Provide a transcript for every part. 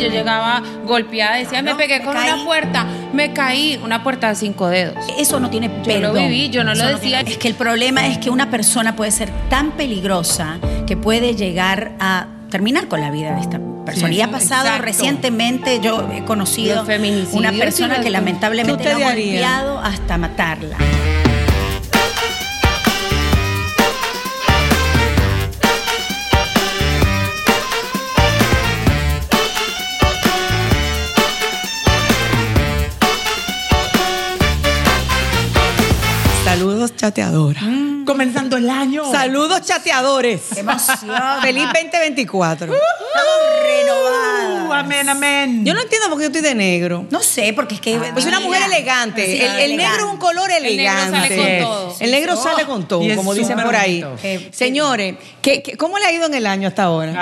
Yo llegaba golpeada, decía, me Claro, pegué me con caí. una puerta, me caí, una puerta de cinco dedos. Eso no tiene Yo lo perdón. viví, yo no Eso lo decía. tiene- Es que el problema es que una persona puede ser tan peligrosa que puede llegar a terminar con la vida de esta persona. Sí, y ha pasado exacto. recientemente, yo he conocido Los feminicidios, una sí, persona los- que lamentablemente ¿Qué usted la ha haría? golpeado hasta matarla. Saludos chateadoras. Mm. Comenzando el año. Saludos chateadores. ¡Qué emoción! Feliz 2024. Estamos renovadas. Uh, amén, amén. Yo no entiendo por qué yo estoy de negro. No sé, porque es que... Ah, Pues soy una mujer elegante. Sí, el, el elegante. negro es un color El negro elegante. sale con todo. El negro Oh. sale con todo, Y es como dicen súper por ahí. bonito. Qué- Señores, ¿qué- qué- cómo le ha ido en el año hasta ahora?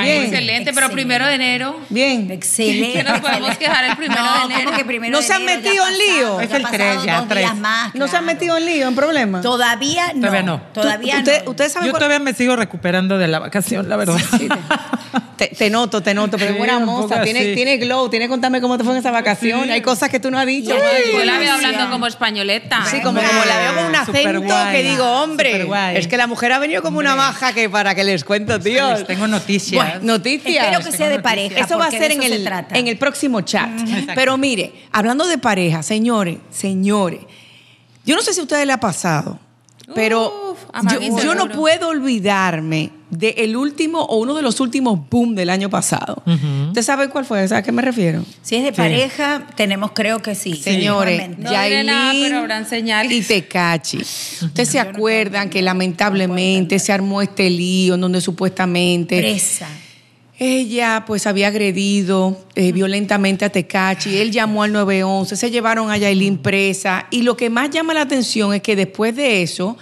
Ay, bien. Excelente, pero Excelente. primero de enero. Bien. Excelente. Que nos podemos quejar el primero no, de enero. ¿cómo que primero ¿No de se han enero? Ya metido en pasado, lío? ya Es el pasado tres, ya, dos tres. días más, ¿No se han claro. metido en lío, en problemas? Todavía no. Todavía no. Todavía Tú- no. usted- Ustedes saben Yo por- todavía me sigo recuperando de la vacación, la verdad. Te, te noto, te noto, pero Sí, buena un poco moza, tiene, así. tiene glow, tiene que contarme cómo te fue en esa vacación. Hay cosas que tú no has dicho. Sí. Yo la veo hablando como españoleta. Sí, como, como la veo con un Súper acento guay. que digo, hombre, Súper guay. es que la mujer ha venido como una maja que para que les cuento, tío. Les tengo noticias. Noticias. Espero que sea de pareja. Eso va a porque ser de en se el, trata. en el próximo chat. Pero mire, hablando de pareja, señores, señores, yo no sé si a ustedes le ha pasado, pero Uf, yo, amaguito, yo no seguro. puedo olvidarme del último o uno de los últimos boom del año pasado. ¿Usted sabe cuál fue? ¿Sabe a qué me refiero? Si es de pareja, tenemos, creo que sí. Señores, Normalmente. No diré nada, pero habrán señales. y Tecachi. Ustedes se acuerdan que lamentablemente se armó este lío en donde supuestamente Presa. ella pues había agredido eh, violentamente a Tecachi, él llamó al 911, se llevaron a Yailin presa y lo que más llama la atención es que después de eso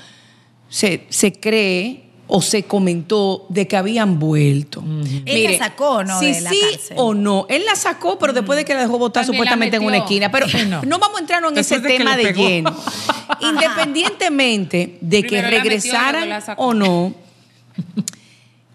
se, se cree o se comentó de que habían vuelto. Él la sacó, ¿no? Si de la sí cárcel. o no. Él la sacó, pero después de que la dejó votar También la supuestamente en una metió. esquina. Pero Sí, no. no. vamos a entrarnos en Después ese de que tema le de pegó. lleno. Independientemente de que Primero la metió, luego regresaran la sacó. o no,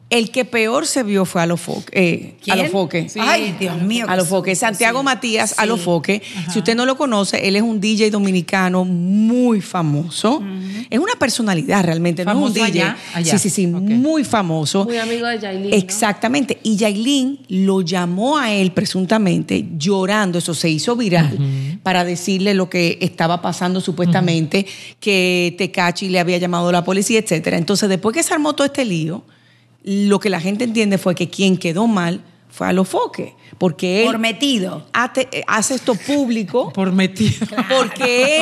el que peor se vio fue a los foques. a los foques. Sí. Ay, Dios mío. A los foques. Santiago Matías a los foques. Si usted no lo conoce, él es un DJ dominicano muy famoso. Es una personalidad realmente, no es Famoso un DJ. allá, allá. Sí, sí, sí, Ok. muy famoso. Muy amigo de Yailin, ¿no? Exactamente. Y Yailin lo llamó a él presuntamente llorando, eso se hizo viral, para decirle lo que estaba pasando supuestamente, que Tecachi le había llamado a la policía, etcétera. Entonces, después que se armó todo este lío, lo que la gente entiende fue que quien quedó mal fue a los foques, porque Por él metido. hace, hace esto público, Por metido. porque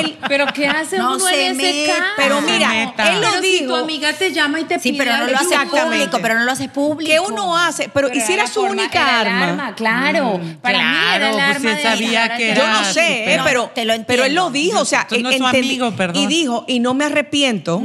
él... Pero ¿qué hace No uno se en ese meta. caso? Pero No se mira, meta. él lo Pero si tu dijo... amiga te llama y te Sí, pide pero no lo haces ayuda. Exactamente. público, pero no lo haces público. que uno hace, pero, Pero hiciera era la su forma- única era el arma. arma, claro. Mm, Para mí era Claro, el pues, arma él de sabía la- que Yo era no sé, eh, no, pero, te lo entiendo. pero él lo dijo, o sea, Entonces, no es su amigo, perdón. y dijo, y no me arrepiento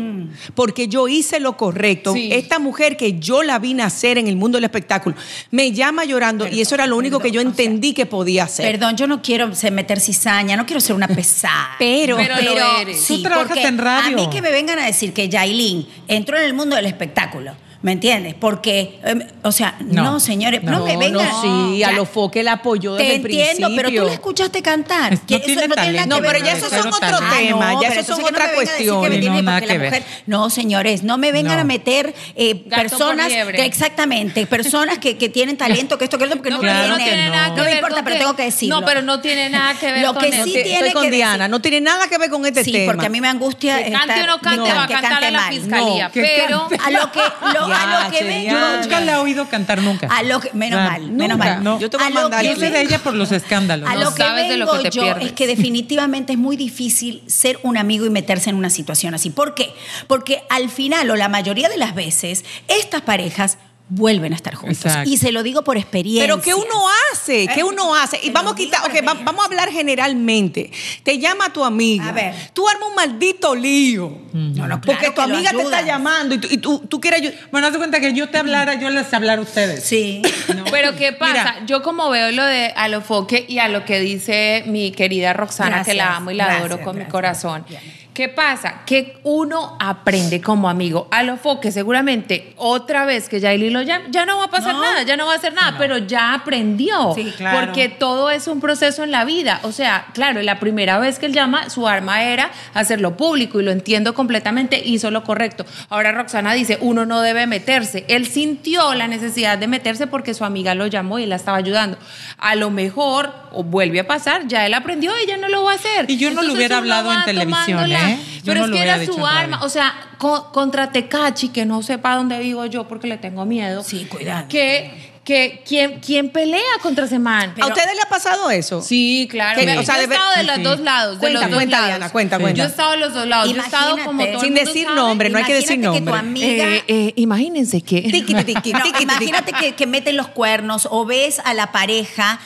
porque yo hice lo correcto. Sí. Esta mujer que yo la vi nacer en el mundo del espectáculo, me llama llorando y eso era lo único que yo entendí que podía hacer. Perdón, yo no quiero se- meter cizaña, no quiero ser una pesada. Pero- Pero lo eres. Tú trabajas porque en radio. A mí que me vengan a decir que Yailin entró en el mundo del espectáculo. ¿Me entiendes? Porque, em, o sea, no, No. señores, no, me vengan. no, sí, Ya, a los foques la apoyó desde Te el entiendo, pero tú principio. la escuchaste cantar. Es- no Que eso tiene nada talento, que no, pero ver ya con esos eso. son Pero otros talento. Ah, no, temas, ya pero esos entonces que no son otras me vengan a decir que cuestiones. me No, tiene nada porque que la ver. mujer- No, señores, no me vengan No. a meter eh, Gato por personas, liebre. que- exactamente, personas que, que tienen talento, que esto, que esto, porque no, No, pero claro no que tiene no. nada que No ver me importa, con pero que- tengo que decirlo. No, pero no tiene nada que ver Lo con que eso. sí Estoy- tiene Estoy que con Diana, decir- no tiene nada que ver con este Sí, tema. porque a mí me angustia. Que cante estar- o no cante, que va a cantar a la mal. fiscalía. No, que pero cante- a lo que, lo- a lo que Ya, venga. Yo nunca la he oído cantar nunca. A lo que, menos O sea, mal, menos nunca, mal. no. Yo te voy a lo mandar que el Yo sé de ella por los escándalos. A No lo que sabes de lo vengo que te yo pierdes. es que definitivamente es muy difícil ser un amigo y meterse en una situación así. ¿Por qué? Porque al final o la mayoría de las veces estas parejas vuelven a estar juntos Exacto. y se lo digo por experiencia. Pero ¿qué uno hace? ¿Qué Eh, uno hace? Y te vamos a lo digo quitar, por ok, va- experiencia. vamos a hablar generalmente. Te llama tu amiga. A ver. Tú armas un maldito lío. No, no, claro Porque tu que lo amiga te está ayudas. llamando y tú, y tú- tú quieres ayudar. Bueno, haz de cuenta que yo te hablara, yo les hablara a ustedes. Sí. Pero ¿qué pasa? Mira. Yo como veo lo de a lo foque y a lo que dice mi querida Roxana, que Gracias, la amo y la gracias, adoro con mi gracias. corazón, Bien. ¿Qué pasa? Que uno aprende como amigo a lo foque. Seguramente otra vez que Yaeli lo llame, ya no va a pasar No. nada, ya no va a hacer nada, pero ya aprendió. Sí, claro. Porque todo es un proceso en la vida. O sea, claro, la primera vez que él llama, su arma era hacerlo público y lo entiendo completamente, hizo lo correcto. Ahora Roxana dice, uno no debe meterse. Él sintió la necesidad de meterse porque su amiga lo llamó y la estaba ayudando. A lo mejor, o vuelve a pasar, ya él aprendió, ella no lo va a hacer. Y yo no le uno hubiera hablado va en televisión, tomándola. ¿eh? Yo Pero no es lo que hubiera era dicho su en radio. arma. O sea, co- contra Tecachi, que no sepa dónde vivo yo porque le tengo miedo. Sí, cuidado. Que, que, ¿quién, ¿Quién pelea contra ese man? ¿A ustedes les ha pasado eso? Sí, claro. Que, me- o sea, yo he debe- estado de sí, los sí. dos lados. de los Cuenta, dos cuenta, lados. Diana, cuenta, Sí. Yo cuenta. he estado de los dos lados. Yo he estado como Imagínate. todo Sin el mundo decir sabe. nombre, no hay que decir Imagínate que tu nombre. amiga- Eh, imagínense que. Tiqui, tiqui, tiqui, No, tiqui, imagínate que, que meten los cuernos o ves a la pareja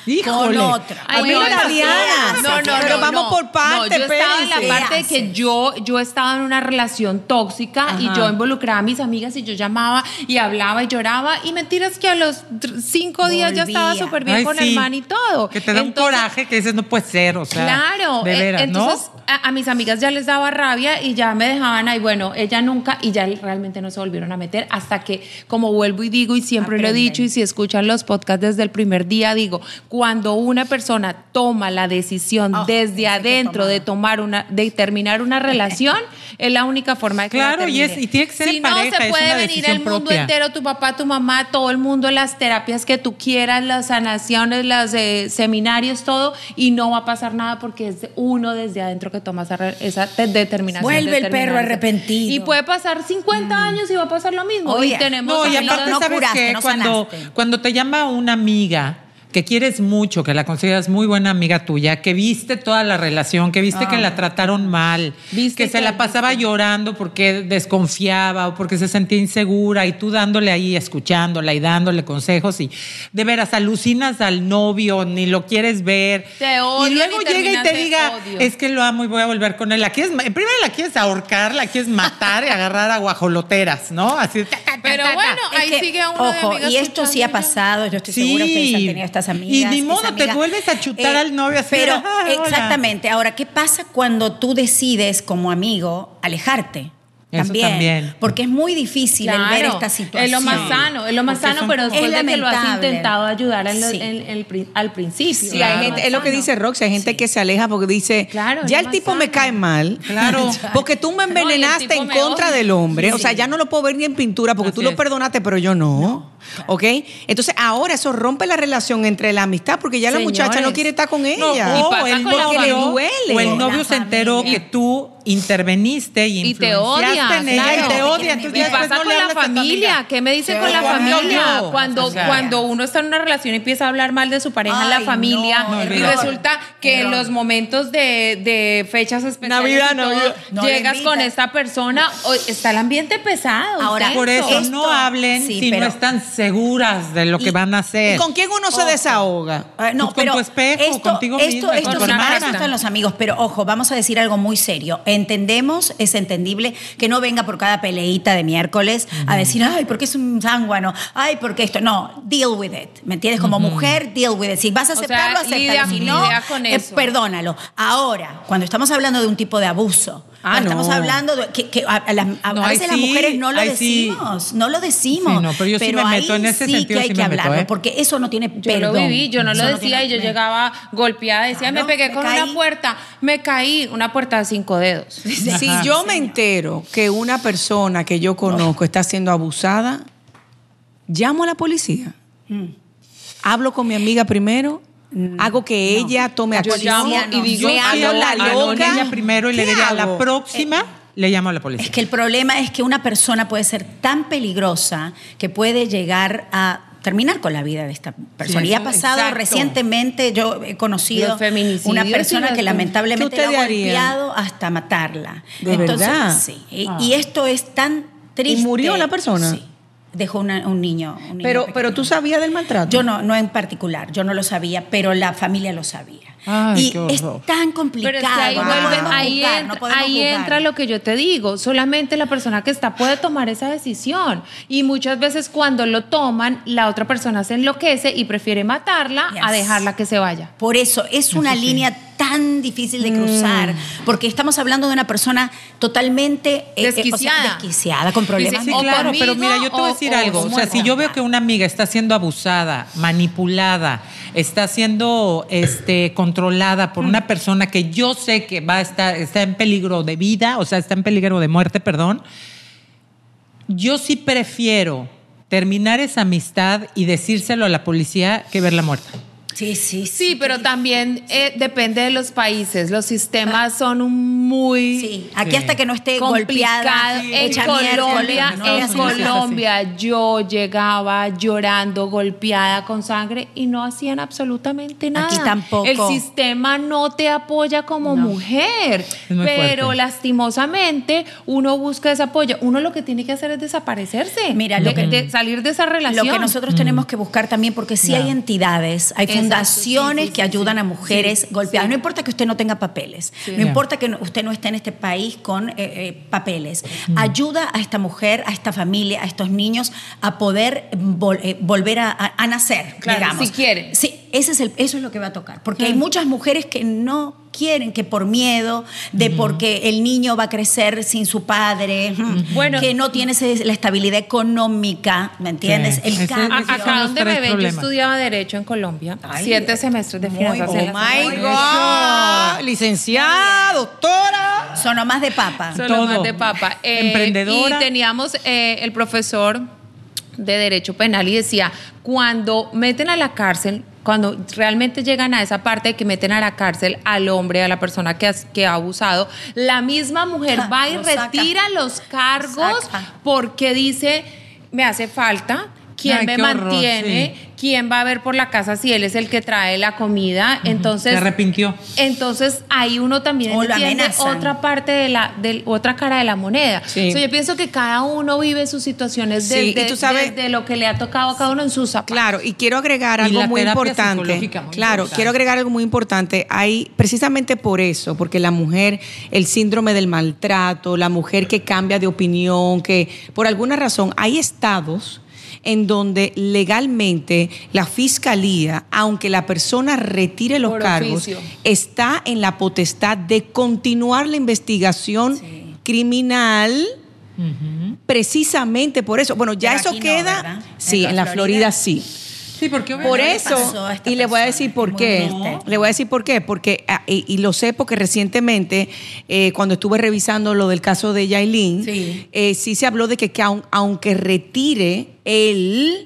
con Híjole. otra. Ay, Bueno, mira, eso sí Diana. hace, No, no, claro. Pero no, vamos no. por partes, No, yo estaba en espérense. la parte de Sí. que yo, yo estaba en una relación tóxica y yo involucraba a mis amigas y yo llamaba y hablaba y lloraba. Y mentiras que a los tr- cinco días ya estaba Volvía. súper bien Ay, con sí. el man y todo. Que te da un Entonces, coraje que dices no puede ser, o sea. Claro, De e- veras, entonces ¿no? a, a mis amigas ya les daba rabia y ya me dejaban ahí, bueno, ella nunca y ya realmente no se volvieron a meter hasta que, como vuelvo y digo y siempre lo he Aprenden. dicho y si escuchan los podcasts desde el primer día, digo, cuando una persona toma la decisión Oh, pensé que desde adentro de tomar una, de terminar una relación, es la única forma de que la Claro, y es- termine. y tiene que ser si en no, pareja, se es puede una venir decisión el mundo propia. entero, tu papá, tu mamá, todo el mundo, las terapias que tú quieras, las sanaciones, los seminarios, todo, y no va a pasar nada porque es uno desde adentro que toma esa, re- esa te- determinación. Vuelve de el perro terminarse. arrepentido. Y puede pasar 50 años y va a pasar lo mismo. Oye, y tenemos No, y amigas- aparte, no ¿sabes curaste, qué? no cuando, sanaste. cuando te llama una amiga que quieres mucho, que la consideras muy buena amiga tuya, que viste toda la relación, que viste que la trataron mal, Ah. Viste que se que- la pasaba llorando porque desconfiaba o porque se sentía insegura y tú dándole ahí, escuchándola y dándole consejos y de veras alucinas al novio, ni lo quieres ver. Te odian y y luego llega y terminas te de diga, odio. es que lo amo y voy a volver con él. La quieres, ma- primero la quieres ahorcar, la quieres matar y agarrar a guajoloteras, ¿no? Así. ta, ta, ta, Pero ta, ta. bueno, Es ahí que, sigue uno de Ojo, amigas y esto sí ha escuchando ya. pasado, yo estoy segura que Sí. ustedes han tenido estas Y amigas. ni esa modo, te amiga. eh, vuelves a chutar al novio así, Pero, "Ah, hola". exactamente. Ahora, ¿qué pasa cuando tú decides como amigo alejarte? Eso También, también. Porque es muy difícil el ver Claro, esta situación. Es lo más sano, es lo más Porque sano, son- pero Es después de que lo has lamentable. intentado ayudar en lo- Sí. en- en el pri- al principio. Sí, Claro. hay gente, es lo que dice Roxy, hay gente que se aleja porque dice, Claro, ya es el tipo más me sano. cae mal, Claro. porque tú me No, y el envenenaste tipo en me contra odia. del hombre, o sea, Sí. ya no lo puedo ver ni en pintura porque tú Así lo es. perdonaste, pero yo no, ¿ok? Entonces ahora eso rompe la relación entre la amistad porque ya la muchacha no Señores. quiere estar con No, ella. y o pasa el con la novio- familia. Duele. O el Con novio la se enteró familia. que tú interveniste y Y te influenciaste odia, en ella claro. y te odia. Y Y Entonces ya después pasa no con le la hablas a tu familia. amiga. ¿Qué me dicen Sí, con la o cuando familia? yo. Cuando, O sea. cuando uno está en una relación y empieza a hablar mal de su pareja en la Ay, familia no, y error, resulta que en los momentos de, de fechas especiales Navidad, y todo, Navidad. No le llegas con invitan. esta persona, o- está el ambiente pesado. Ahora, tenso. Por eso Esto- no hablen sí, si pero- no están seguras de lo que Y- van a hacer. ¿Y con quién uno Oh. se desahoga? Ah, Pues con tu espejo, contigo esto, misma, Esto, con tu sí, hermana. para esto están los amigos, pero ojo, vamos a decir algo muy serio. Entendemos, es entendible que no venga por cada peleita de miércoles a decir, ay, porque es un sanguano, ay, porque esto. No, deal with it. ¿Me entiendes? Como mujer, deal with it. Si vas a O sea, aceptarlo, lidia- acéptalo. Si no, lidia con eh, eso. perdónalo. Ahora, cuando estamos hablando de un tipo de abuso, Ah, cuando no. estamos hablando de que, que a, a las- a- No, a ahí veces las sí, mujeres no lo ahí sí. decimos, no lo decimos. Sí, no, pero yo sí me meto, ahí en ese sí sentido que hay sí que me meto, hablarlo, ¿eh? porque eso no tiene Yo perdón. lo viví, yo no lo Eso decía tiene- y yo llegaba golpeada, decía, me Claro, pegué me con caí. una puerta, me caí, una puerta de cinco dedos. Si yo me entero que una persona que yo conozco está siendo abusada, llamo a la policía. Hablo con mi amiga primero, hago que ella tome La acción. policía no. y digo, Yo me hablo hago la a loca. ella primero y le ¿Qué diría a hago? la próxima, Eh. le llamo a la Es policía. que el problema es que una persona puede ser tan peligrosa que puede llegar a terminar con la vida de esta persona. Sí, y ha pasado exacto. recientemente, yo he conocido Los feminicidios una y persona las- que lamentablemente ¿Qué la usted ha haría? golpeado hasta matarla. ¿De verdad? Sí. Y, Ah. y esto es tan triste. murió la persona? Sí. Dejó una- un niño. un niño Pero, pero pequeño. tú sabías del maltrato. Yo no, no en particular, yo no lo sabía, pero la familia lo sabía. Ay, y qué horror. es tan complicado. Pero es que ahí, no vuelve- podemos ahí juzgar, no entra, podemos ahí juzgar. entra lo que yo te digo. Solamente la persona que está puede tomar esa decisión. Y muchas veces cuando lo toman, la otra persona se enloquece y prefiere matarla a Yes. dejarla que se vaya. Por eso es una línea tan tan difícil de cruzar, porque estamos hablando de una persona totalmente eh, eh, o sea, Desquiciada. desquiciada, con problemas. Sí, o claro, conmigo pero mira, yo te voy a o- decir o algo. O sea, muerta. si yo veo que una amiga está siendo abusada, manipulada, está siendo este, controlada por una persona que yo sé que va a estar, está en peligro de vida, o sea, está en peligro de muerte, perdón, yo sí prefiero terminar esa amistad y decírselo a la policía que verla muerta. Sí, sí, Sí, pero también eh, depende de los países. Los sistemas son un muy Sí, aquí Sí. hasta que no esté golpeada, complicado. En hecha Colombia, miércoles, no le en hacen nada. Unidos es así. Colombia, yo llegaba llorando, golpeada con sangre y no hacían absolutamente nada. Aquí tampoco. El sistema no te apoya como mujer, Es muy pero fuerte. lastimosamente uno busca ese apoyo. Uno lo que tiene que hacer es desaparecerse, Mira, de- lo que- de salir de esa Lo relación. que nosotros tenemos que buscar también, porque sí hay entidades, hay Exacto, fundaciones sí, sí, sí, que ayudan sí. a mujeres Sí, golpeadas. sí. No importa que usted no tenga papeles, no Ya. importa que no- usted no esté en este país con eh, eh, papeles. Mm. Ayuda a esta mujer, a esta familia, a estos niños a poder vol- eh, volver a, a- a nacer, Claro, digamos. si quiere. Sí, ese es el, eso es lo que va a tocar, porque hay muchas mujeres que no quieren que por miedo de porque el niño va a crecer sin su padre, mm, Bueno. que no tiene ese- la estabilidad económica, ¿me entiendes? Sí. El Ese- cambio. A- Esos son acá los donde tres me ven, yo problemas. estudiaba Derecho en Colombia, Ay, eh, siete semestres de finanzas. Oh en la my secundaria. God. Licenciada, doctora. Sonó más de papa. Solo Todo. más de papa. Eh, Emprendedora. Y teníamos eh, el profesor de Derecho Penal y decía, cuando meten a la cárcel, cuando realmente llegan a esa parte de que meten a la cárcel al hombre, a la persona que, has- que ha abusado, la misma mujer Ja, va y Ah, lo saca. retira los cargos saca. porque dice, me hace falta, ¿quién Ay, me qué horror, mantiene? ¿Quién va a ver por la casa si él es el que trae la comida? Entonces... Se arrepintió. Entonces ahí uno también O lo entiende amenazan. otra parte de la del- otra cara de la moneda. Sí. So, yo pienso que cada uno vive sus situaciones Sí, desde, y tú sabes- desde lo que le ha tocado a cada uno en sus zapatos. Claro, y quiero agregar Y algo la muy terapia importante. psicológica muy claro, importante. quiero agregar algo muy importante. Hay precisamente por eso, porque la mujer, el síndrome del maltrato, la mujer que cambia de opinión, que por alguna razón hay estados en donde legalmente la fiscalía, aunque la persona retire los Por cargos, oficio. está en la potestad de continuar la investigación criminal precisamente por eso. Bueno, ya Pero eso aquí no, queda, ¿verdad? sí, en la Florida sí. Sí, porque Por le eso, pasó a esta y le voy a persona, decir es por muy qué. triste. Le voy a decir por qué. Porque, ah, y, y lo sé porque recientemente, eh, cuando estuve revisando lo del caso de Yailin, Sí. eh, sí se habló de que, que aun- aunque retire él,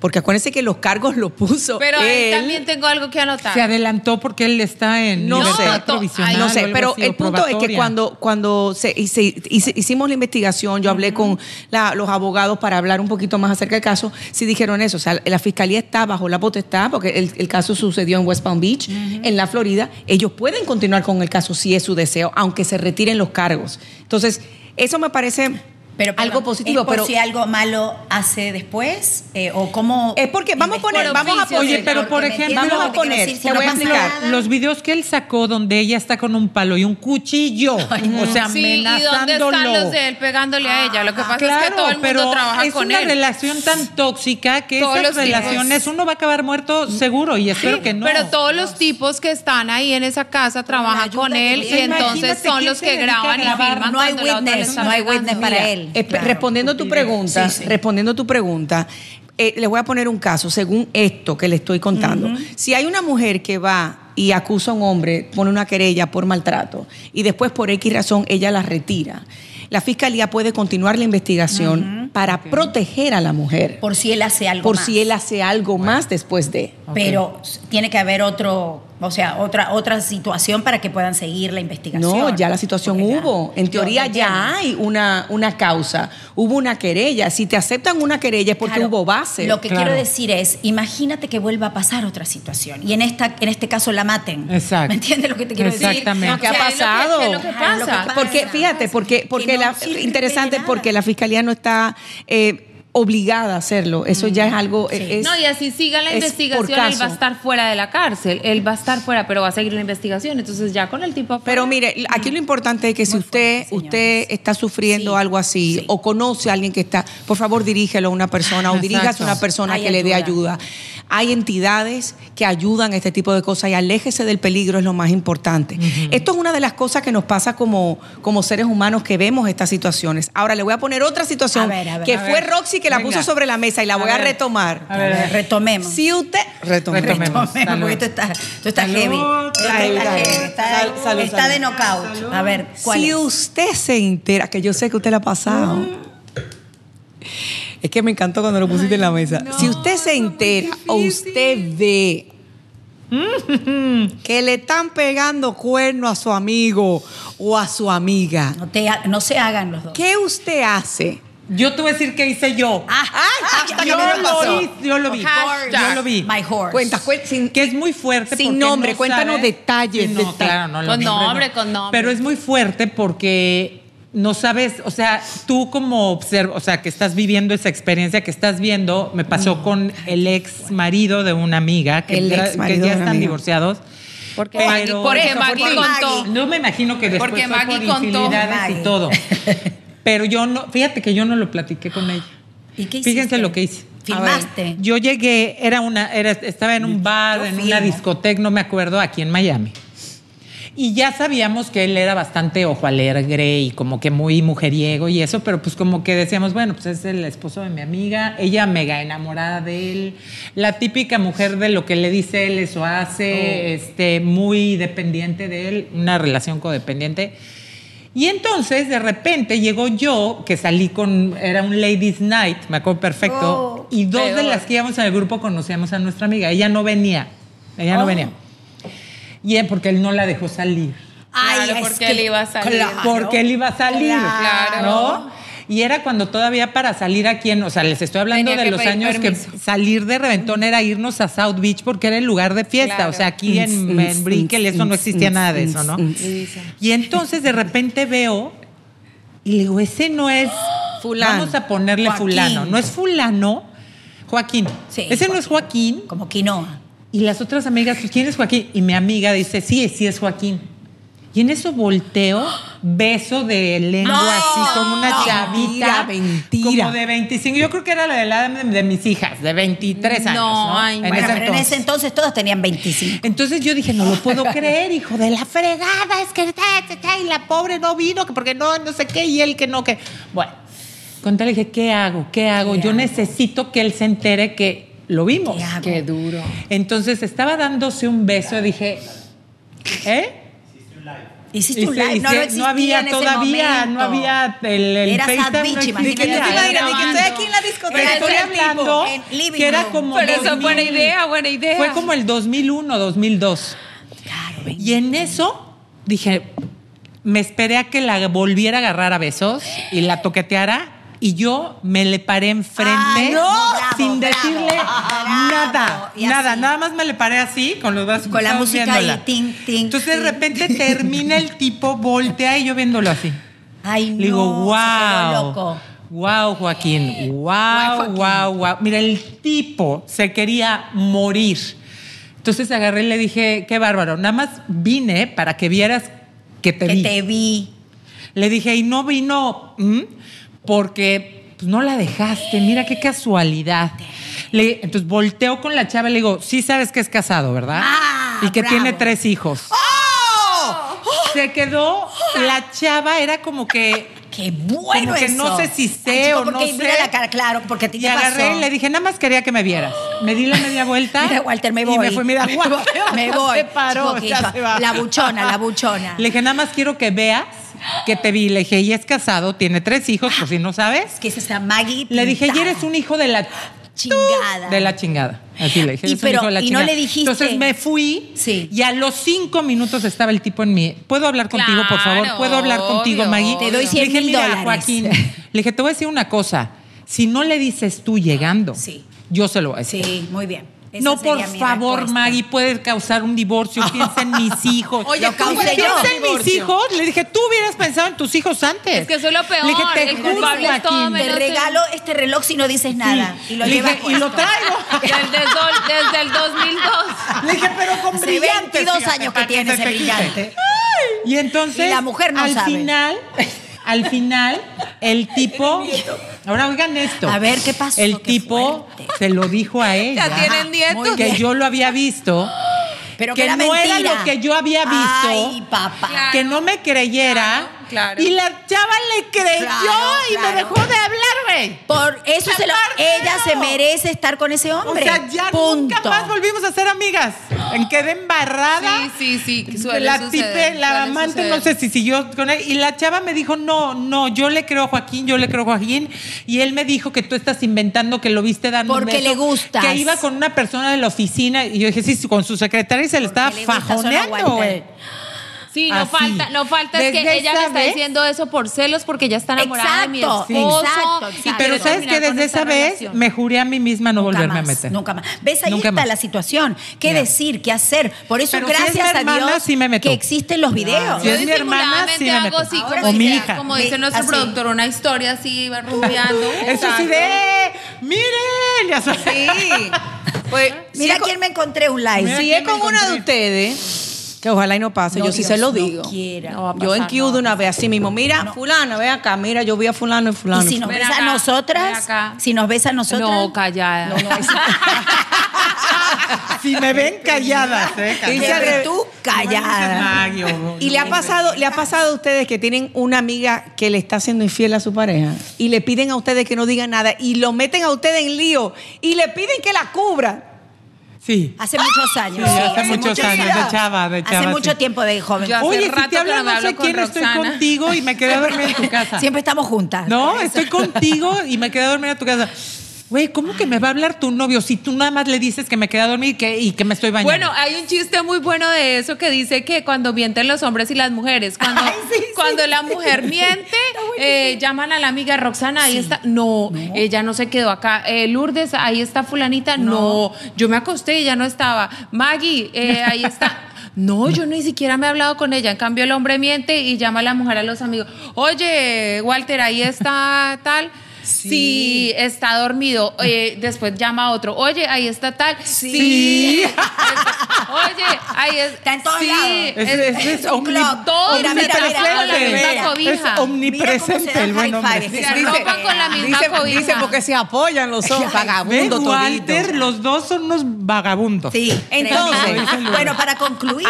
porque acuérdense que los cargos los puso. Pero ahí él, también tengo algo que anotar. Se adelantó porque él está en No libertad sé, to- provisional ay, no o sé, algo pero así, o el punto es que probatoria. cuando, cuando se, hice- hice- hicimos la investigación, yo hablé con la- los abogados para hablar un poquito más acerca del caso, sí dijeron eso, o sea, la fiscalía está bajo la potestad, porque el, el caso sucedió en West Palm Beach, en la Florida, ellos pueden continuar con el caso si es su deseo, aunque se retiren los cargos. Entonces, eso me parece Pero, algo perdón, positivo, es por pero... si algo malo hace después eh, o cómo Es porque vamos a poner, Por vamos a oficio, poner, Oye, pero por ¿me ejemplo, entiendes lo vamos que a quiero poner, decir? Si te no voy a pasa explicar. nada. Los videos que él sacó donde ella está con un palo y un cuchillo, o sea, Sí, ¿y dónde amenazándolo. están los de él pegándole a ella? Lo que pasa es que Claro, todo el mundo pero trabaja es con una él. relación tan tóxica que Todos esas los días. relaciones uno va a acabar muerto seguro y espero que no. Pero todos los tipos que están ahí en esa casa trabajan ayuda con que él y tiene. entonces Imagínate son quién los se que dedica a graban y grabar. filman no hay cuando la otra le witness, está no hay pegando. witness para él. Espe- Claro. Respondiendo a tu pregunta, Sí, sí. respondiendo a tu pregunta, eh, les voy a poner un caso según esto que le estoy contando. Si hay una mujer que va y acusa a un hombre, pone una querella por maltrato y después por X razón ella la retira, la fiscalía puede continuar la investigación para proteger a la mujer por si él hace algo por más. si él hace algo más después de. pero tiene que haber otro, o sea, otra otra situación para que puedan seguir la investigación. No, ya la situación Porque ya- hubo. en yo teoría entiendo. ya hay una, una causa. Hubo una querella. Si te aceptan una querella es porque Claro, hubo base. Lo que Claro. quiero decir es, imagínate que vuelva a pasar otra situación y en esta en este caso la maten. Exacto. ¿Me entiendes lo que te quiero decir? Exactamente. No, Lo que ha que- lo pasado. que- lo que Ajá, lo que pasa. pasa. Porque, fíjate, porque, porque Que no la, sirve de interesante nada. porque la fiscalía no está eh, obligada a hacerlo. Eso ya es algo. Sí. es- no, y así siga la es investigación, por él va a caso. estar fuera de la cárcel, él va a estar fuera, pero va a seguir la investigación. Entonces ya con el tipo afuera- Pero mire, aquí lo importante es que si usted, fuerte, usted señores. está sufriendo Sí, algo así sí. o conoce a alguien que está, por favor dirígelo a una persona o Exacto. diríjase a una persona Hay que le dé ayuda. ayuda. Hay entidades que ayudan a este tipo de cosas y aléjese del peligro es lo más importante. Esto es una de las cosas que nos pasa como, como seres humanos que vemos estas situaciones. Ahora le voy a poner otra situación A ver, a ver, que a fue ver. Roxy que la Venga. puso sobre la mesa y la voy a ver. retomar. A ver, retomemos. Si usted... Retomemos. Retomemos. Retomemos, Salud. porque tú estás, tú estás Salud. heavy. Salud, Está heavy, está heavy, está- salud, salud, está salud. de knockout. A ver, ¿cuál si es? usted se entera, que yo sé que usted la ha pasado. Ah. Es que me encantó cuando lo pusiste en la mesa. si usted se entera o usted ve que le están pegando cuerno a su amigo o a su amiga, No, te ha- no se hagan los dos. ¿qué usted hace? Yo te voy a decir qué hice yo. Ah, hashtag ah, a mí me yo, pasó. lo vi, yo lo vi. Hashtag. Yo lo vi. My horse. Cuenta, cuen- sin- que es muy fuerte. Sin porque nombre, no cuéntanos sabes- detalles, Sí, No, detalles. claro, no los Con nombres, nombre, no. con nombre. Pero es muy fuerte porque no sabes, o sea, tú como observo, o sea, que estás viviendo esa experiencia que estás viendo, me pasó con el ex marido de una amiga que, Mm. El ya- ex que marido de ya una están amiga. divorciados. Porque Pero- Maggie, porque Eso, Maggie porque- contó. No me imagino que después Porque fue por Maggie contó. infidelidades Maggie. y todo. Pero yo no, fíjate que yo no lo platiqué con ella. ¿Y qué hiciste? Fíjense lo que hice. Filmaste. Yo llegué, era una, era, estaba en un bar, Yo en fui, una ¿no? discoteca, no me acuerdo, aquí en Miami. Y ya sabíamos que él era bastante ojo alegre y como que muy mujeriego y eso, pero pues como que decíamos, bueno, pues es el esposo de mi amiga, ella mega enamorada de él, la típica mujer de lo que le dice él, eso Oh. hace, este, muy dependiente de él, una relación codependiente. Y entonces de repente llegó yo, que salí con, era un ladies night, me acuerdo perfecto, Oh, y dos de peor. las que íbamos en el grupo conocíamos a nuestra amiga, ella no venía, ella no Oh. venía. Y es porque él no la dejó salir. Claro, es porque que- él iba a salir. Claro. Porque él iba a salir. Claro. ¿no? Y era cuando todavía para salir aquí en, o sea, les estoy hablando Tenía de que los pedir años permiso. que salir de Reventón era irnos a South Beach porque era el lugar de fiesta. Claro. O sea, aquí en, Mm, en Brickell mm, eso mm, no existía mm, nada de mm, eso, ¿no? mm. Y entonces de repente veo y le digo, ese no es Fulano. Vamos a ponerle Joaquín. fulano. No es fulano, Joaquín. Sí, ese no es Joaquín. Como quinoa. Y las otras amigas, pues, ¿quién es Joaquín? Y mi amiga dice, sí, sí es Joaquín. Y en eso volteo, beso de lengua No, así, con una no, chavita. mentira, mentira. Como de 25. Yo creo que era la de la edad de, de mis hijas, de 23 años. No, No, ay, En bueno, Bueno, ese pero en ese entonces. entonces todos tenían 25. Entonces yo dije, no lo puedo creer, hijo de la fregada, es que ta, ta, ta, y la pobre no vino, que porque no, no sé qué, y él que no, que. Bueno, con tal dije, ¿qué hago? ¿Qué hago? ¿Qué yo hago? necesito que él se entere que lo vimos. ¿Qué hago? Qué duro. Entonces estaba dándose un beso y dije, ¿eh? Hiciste un Hice- live, no hice- lo existía había en ese todavía, momento. no había el, el Era FaceTime, Sad no Beach, existía. imagínate. ¿Qué te imaginas? Era- era- Que estoy aquí en la Pero discoteca. estoy en hablando vivo, en living que era room. como Pero eso 2000. buena idea, buena idea. Fue como el 2001, 2002. Claro, ven. Y en eso dije, me esperé a que la volviera a agarrar a besos y la toqueteara. Y yo me le paré enfrente Ay, Ah, no. Bravo, sin bravo, decirle bravo, nada, y nada, así. nada más me le paré así con los brazos Con la cruzados música viéndola. ahí, ting, ting, Entonces de ting. repente termina el tipo, voltea y yo viéndolo así. Ay, no. Le digo, se quedó wow. loco. Wow, Joaquín. Wow, Joaquín. wow, wow. Mira, el tipo se quería morir. Entonces agarré y le dije, qué bárbaro. Nada más vine para que vieras que te Que vi. te vi. Le dije, y no vino ¿m? porque pues, no la dejaste. Mira qué casualidad. Le- entonces volteo con la chava y le digo, sí sabes que es casado, ¿verdad? Ah, y que bravo. ¡Oh! tiene tres hijos. ¡Oh! Se quedó, la chava era como que Qué bueno Como que eso. no sé si sé Ay, chico, o no porque sé. mira la cara, claro, porque a ti Y te agarré pasó. y le dije, nada más quería que me vieras. Me di la media vuelta. Mira, Walter, me voy. Y me fue, mira, Walter, me ya voy. Se paró, Chico, ya que- se va. La buchona, la buchona. Le dije, nada más quiero que veas que te vi. Le dije, y es casado, tiene tres hijos, por si no sabes. que es esa Maggie. Le dije, y pintada. eres un hijo de la Chingada. de la chingada. Así le dije. Y "Eres un pero, hijo de la y no chingada". le dijiste. Entonces me fui Sí. y a los cinco minutos estaba el tipo en mí. ¿Puedo hablar contigo, por favor? Claro, ¿Puedo hablar contigo, obvio, Maggie? Te doy Le 100 dije, mil "Mira, dólares". Joaquín, le dije, te voy a decir una cosa. Si no le dices tú llegando, Sí. yo se lo voy a decir. Sí, muy bien. Esa No, por sería mi favor, respuesta. Maggie, puede causar un divorcio. Piensa en mis hijos. Oye, Lo tú causé hubieras- Piensa en mis divorcio. hijos. Le dije, tú hubieras pensado en tus hijos antes. Es que eso es lo peor, Le dije, te el juro, culpable es todo Joaquín. menos Te Pero regalo este reloj si no dices nada. Y lo Le llevas dije, y lo puesto. traigo. Desde, el sol- desde el 2002. Le dije, pero con Hace brillantes. 22 fíjate, años que para tiene ese se te quite. brillante. Y entonces, Y la mujer no al sabe. final, al final, el tipo. Ahora oigan esto. A ver, ¿qué pasó? El Qué tipo fuerte. se lo dijo a ella. Ya tienen diez, muy tú. Que yo lo había visto. Pero que, era no era mentira. lo que yo había visto. Ay, papá. Claro. que no me creyera. Claro, claro. Y la chava le creyó Claro, y claro. me dejó de hablar, güey. Por eso se lo- Aparte, ella se no. merece estar con ese O hombre. sea, ya Punto. nunca más volvimos a ser amigas. En quedé embarrada. Sí, sí, sí, suele la suceder, tipe, la suele amante, suceder. no sé si siguió con él. Y la chava me dijo, no, no, yo le creo a Joaquín, yo le creo a Joaquín. Y él me dijo que tú estás inventando que lo viste dando un Porque beso, le gustas. Que iba con una persona de la oficina. Y yo dije, sí, con su secretaria y se le estaba le gusta, eso no fajoneando, aguanta. güey. Sí, no Así. falta, no falta es Desde que ella me esa está vez- diciendo eso por celos porque ella está enamorada de mi Exacto, esposo. sí. exacto, y exacto. quiero Pero sabes que terminar con desde esta esa vez relación. me juré a mí misma no Nunca volverme más, a meter. Nunca más. ¿Ves? Ahí Nunca está más. la situación. ¿Qué Ya. decir? ¿Qué hacer? Por eso, Pero si es gracias mi hermana, a Dios, sí me meto. que existen los videos. Si es mi hermana, sí disimuladamente me hago meto. así, Ahora como, sí, dice- mi hija. como dice Ve, nuestro así. productor, una historia así, va rumbeando. Eso sí de, miren, ya sabes. Sí. Pues, Mira si es quién me encontré un like. con- Mira si quién es me con una de encontré. ustedes, que ojalá y no pase, No, yo sí Dios, se lo no digo. quiera. No va a yo en pasar, Q de una vez así mismo, mira, fulana, ve acá, mira, yo vi a fulano y Y fulano. si nos Ven ves a acá, ven nosotras, acá. si nos ves a nosotras. No, callada. Si me ven calladas, eh. Y calladas. se Pero re- tú callada. Maggie, ojo, Y le ha no. pasado, le ha pasado a ustedes que tienen una amiga que le está haciendo infiel a su pareja y le piden a ustedes que no digan nada y lo meten a ustedes en lío y le piden que la cubra. Sí. Hace muchos años. Sí, hace muchos años, de chava, de Hace chava, mucho sí. tiempo de joven. Yo- Hace Oye, rato si que te no hablan me no hablo sé con quién, estoy Roxana. contigo y me quedé a dormir en tu casa. Siempre estamos juntas. No, estoy contigo y me quedé a dormir en tu casa. Güey, ¿cómo que me va a hablar tu novio si tú nada más le dices que me quedé a dormir y que, y que me estoy bañando? Bueno, hay un chiste muy bueno de eso que dice que cuando mienten los hombres y las mujeres, cuando, Ay, sí, sí, cuando sí. la mujer miente, eh, llaman a la amiga Roxana, ahí está, no, ella no se quedó acá, Eh, Lourdes, ahí está fulanita, no, yo me acosté, ella no estaba, Maggie, eh, ahí está. No, yo ni siquiera me he hablado con ella. En cambio, el hombre miente y llama a la mujer a los amigos. Oye, Walter, ahí está tal. Sí, está dormido. Oye, después llama a otro. Oye, ahí está tal. Sí. Oye, ahí es. Está en todos sí, lados. Es, es, es un omni- club. todos Mira, mira, se tapan con la mira, misma mira. cobija. Es omnipresente el buen hombre. Se arropan con la misma Dice, cobija. dice porque se apoyan los hombres, ¿Ves, vagabundos Walter, toditos. los dos son unos vagabundos. Sí, Entonces, entonces, bueno, para concluir,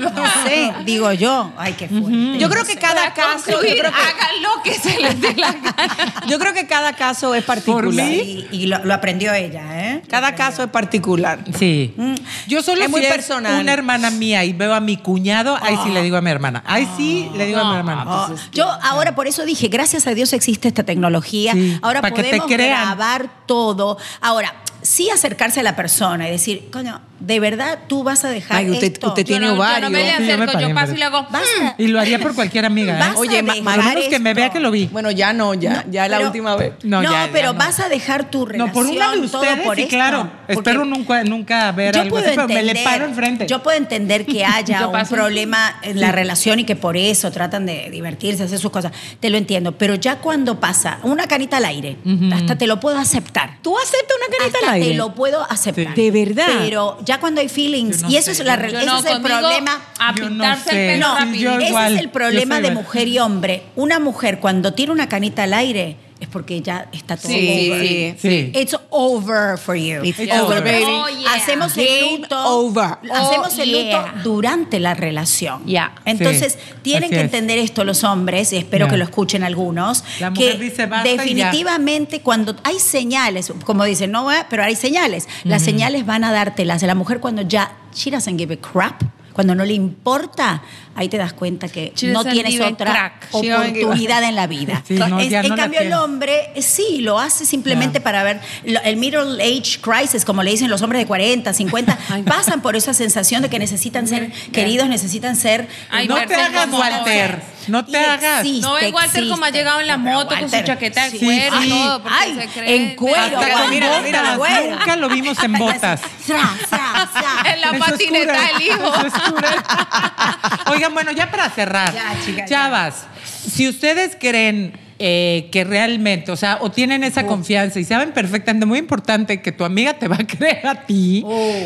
¿no? No sé, digo yo, ay, qué fuerte. Yo creo que cada caso, yo Concluir, creo que, hagan lo que se les dé la gana. yo creo que cada caso es particular. Y, y lo, lo aprendió ella, ¿eh? Cada caso es particular. Sí. Mm. Yo solo Es muy si es personal. una hermana mía y veo a mi cuñado, ahí sí le digo a mi hermana. Ahí sí le digo a mi hermana. Oh, yo ahora por eso dije, gracias a Dios existe esta tecnología. Sí, ahora para que te podemos crean. grabar todo. Ahora, sí acercarse a la persona y decir, coño, de verdad tú vas a dejar Ay, usted- esto? usted Yo tiene no, yo no ovarios. me le Sí, yo me acerco, paré, yo paso pero- y le hago. "Mm". Basta. Y lo haría por cualquier amiga. ¿eh? Vas Oye, a ma- dejar Al menos que me vea esto. que lo vi. Bueno, ya no, ya, ya la Pero- última vez. No, No, ya, ya pero no. vas a dejar tu relación. No, por una de todo ustedes, por sí, esto. claro. Porque Espero nunca, nunca ver yo algo puedo así, pero me entender, le paro enfrente. Yo puedo entender que haya Yo un paso problema en la relación y que por eso tratan de divertirse, hacer sus cosas. Te lo entiendo. Pero ya cuando pasa una canita al aire, hasta te lo puedo aceptar. ¿Tú aceptas una carita Hasta al aire? te lo puedo aceptar. Sí. ¿De verdad? Pero ya cuando hay feelings, Yo no y eso es, sé. la, re- Yo ese no, es el conmigo, problema. A Yo no pintarse sé. el pelo No, sí, yo rapidito. ese igual, es el problema yo soy de igual. mujer y hombre. Una mujer cuando tira una canita al aire es porque ya está todo Sí, over. sí. Sí. It's over for you. It's over, baby. Oh, yeah. Hacemos Game el luto. over. Hacemos Oh, el luto yeah. durante la relación. Yeah. Entonces, Sí, tienen así que es. entender esto los hombres, y espero Yeah. que lo escuchen algunos, La que mujer dice, "Basta y ya". definitivamente cuando hay señales, como dicen, no, eh, pero hay señales. Las señales van a dártelas. La mujer cuando ya she doesn't give a crap. Cuando no le importa, ahí te das cuenta que She no doesn't tienes give a otra crack. She doesn't give a- oportunidad en la vida. Sí, no, en ya en no la cambio, el tiene. hombre eh, sí lo hace simplemente Claro. para ver lo- el middle age crisis, como le dicen los hombres de 40, 50, pasan por esa sensación de que necesitan ser queridos, necesitan ser. eh, Ay, No te Walter, hagas, como- Walter. No te Y hagas. existe, No ven Walter como ha existe. llegado en la Pero moto con su Walter, chaqueta de sí. cuero y sí. todo. porque Ay, se cree en cuero, Hasta con Walter. botas. Mira, Mira, mira, güey. nunca lo vimos en botas. Tra, tra, tra. En la Eso es patineta cura, del hijo. eso es cura. Oigan, bueno, ya para cerrar, Ya, chica, ya. chavas, si ustedes creen eh, que realmente, o sea, o tienen esa confianza y saben perfectamente, muy importante que tu amiga te va a creer a ti,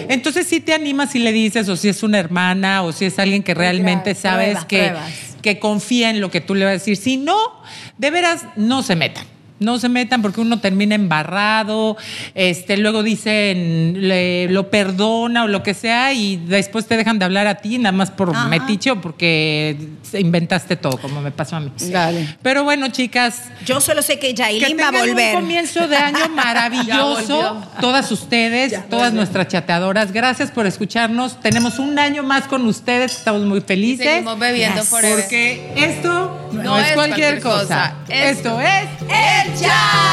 entonces sí te animas y le dices, o si es una hermana, o si es alguien que realmente Pruebas, sabes pruebas, que, pruebas. que que confía en lo que tú le vas a decir. Si no, de veras, no se metan. No se metan porque uno termina embarrado, este, luego dicen le- lo perdona o lo que sea y después te dejan de hablar a ti nada más por Ajá. metiche o porque inventaste todo, como me pasó a mí. Dale. Pero bueno, chicas, Yo solo sé que que Yailin va a tengan volver. un comienzo de año Ya maravilloso. volvió. todas ustedes, todas nuestras chateadoras, gracias por escucharnos. Tenemos un año más con ustedes, estamos muy Y felices. seguimos bebiendo Yes. forever. Porque esto no, es cualquier, cosa. Esto es ¡El Chavo!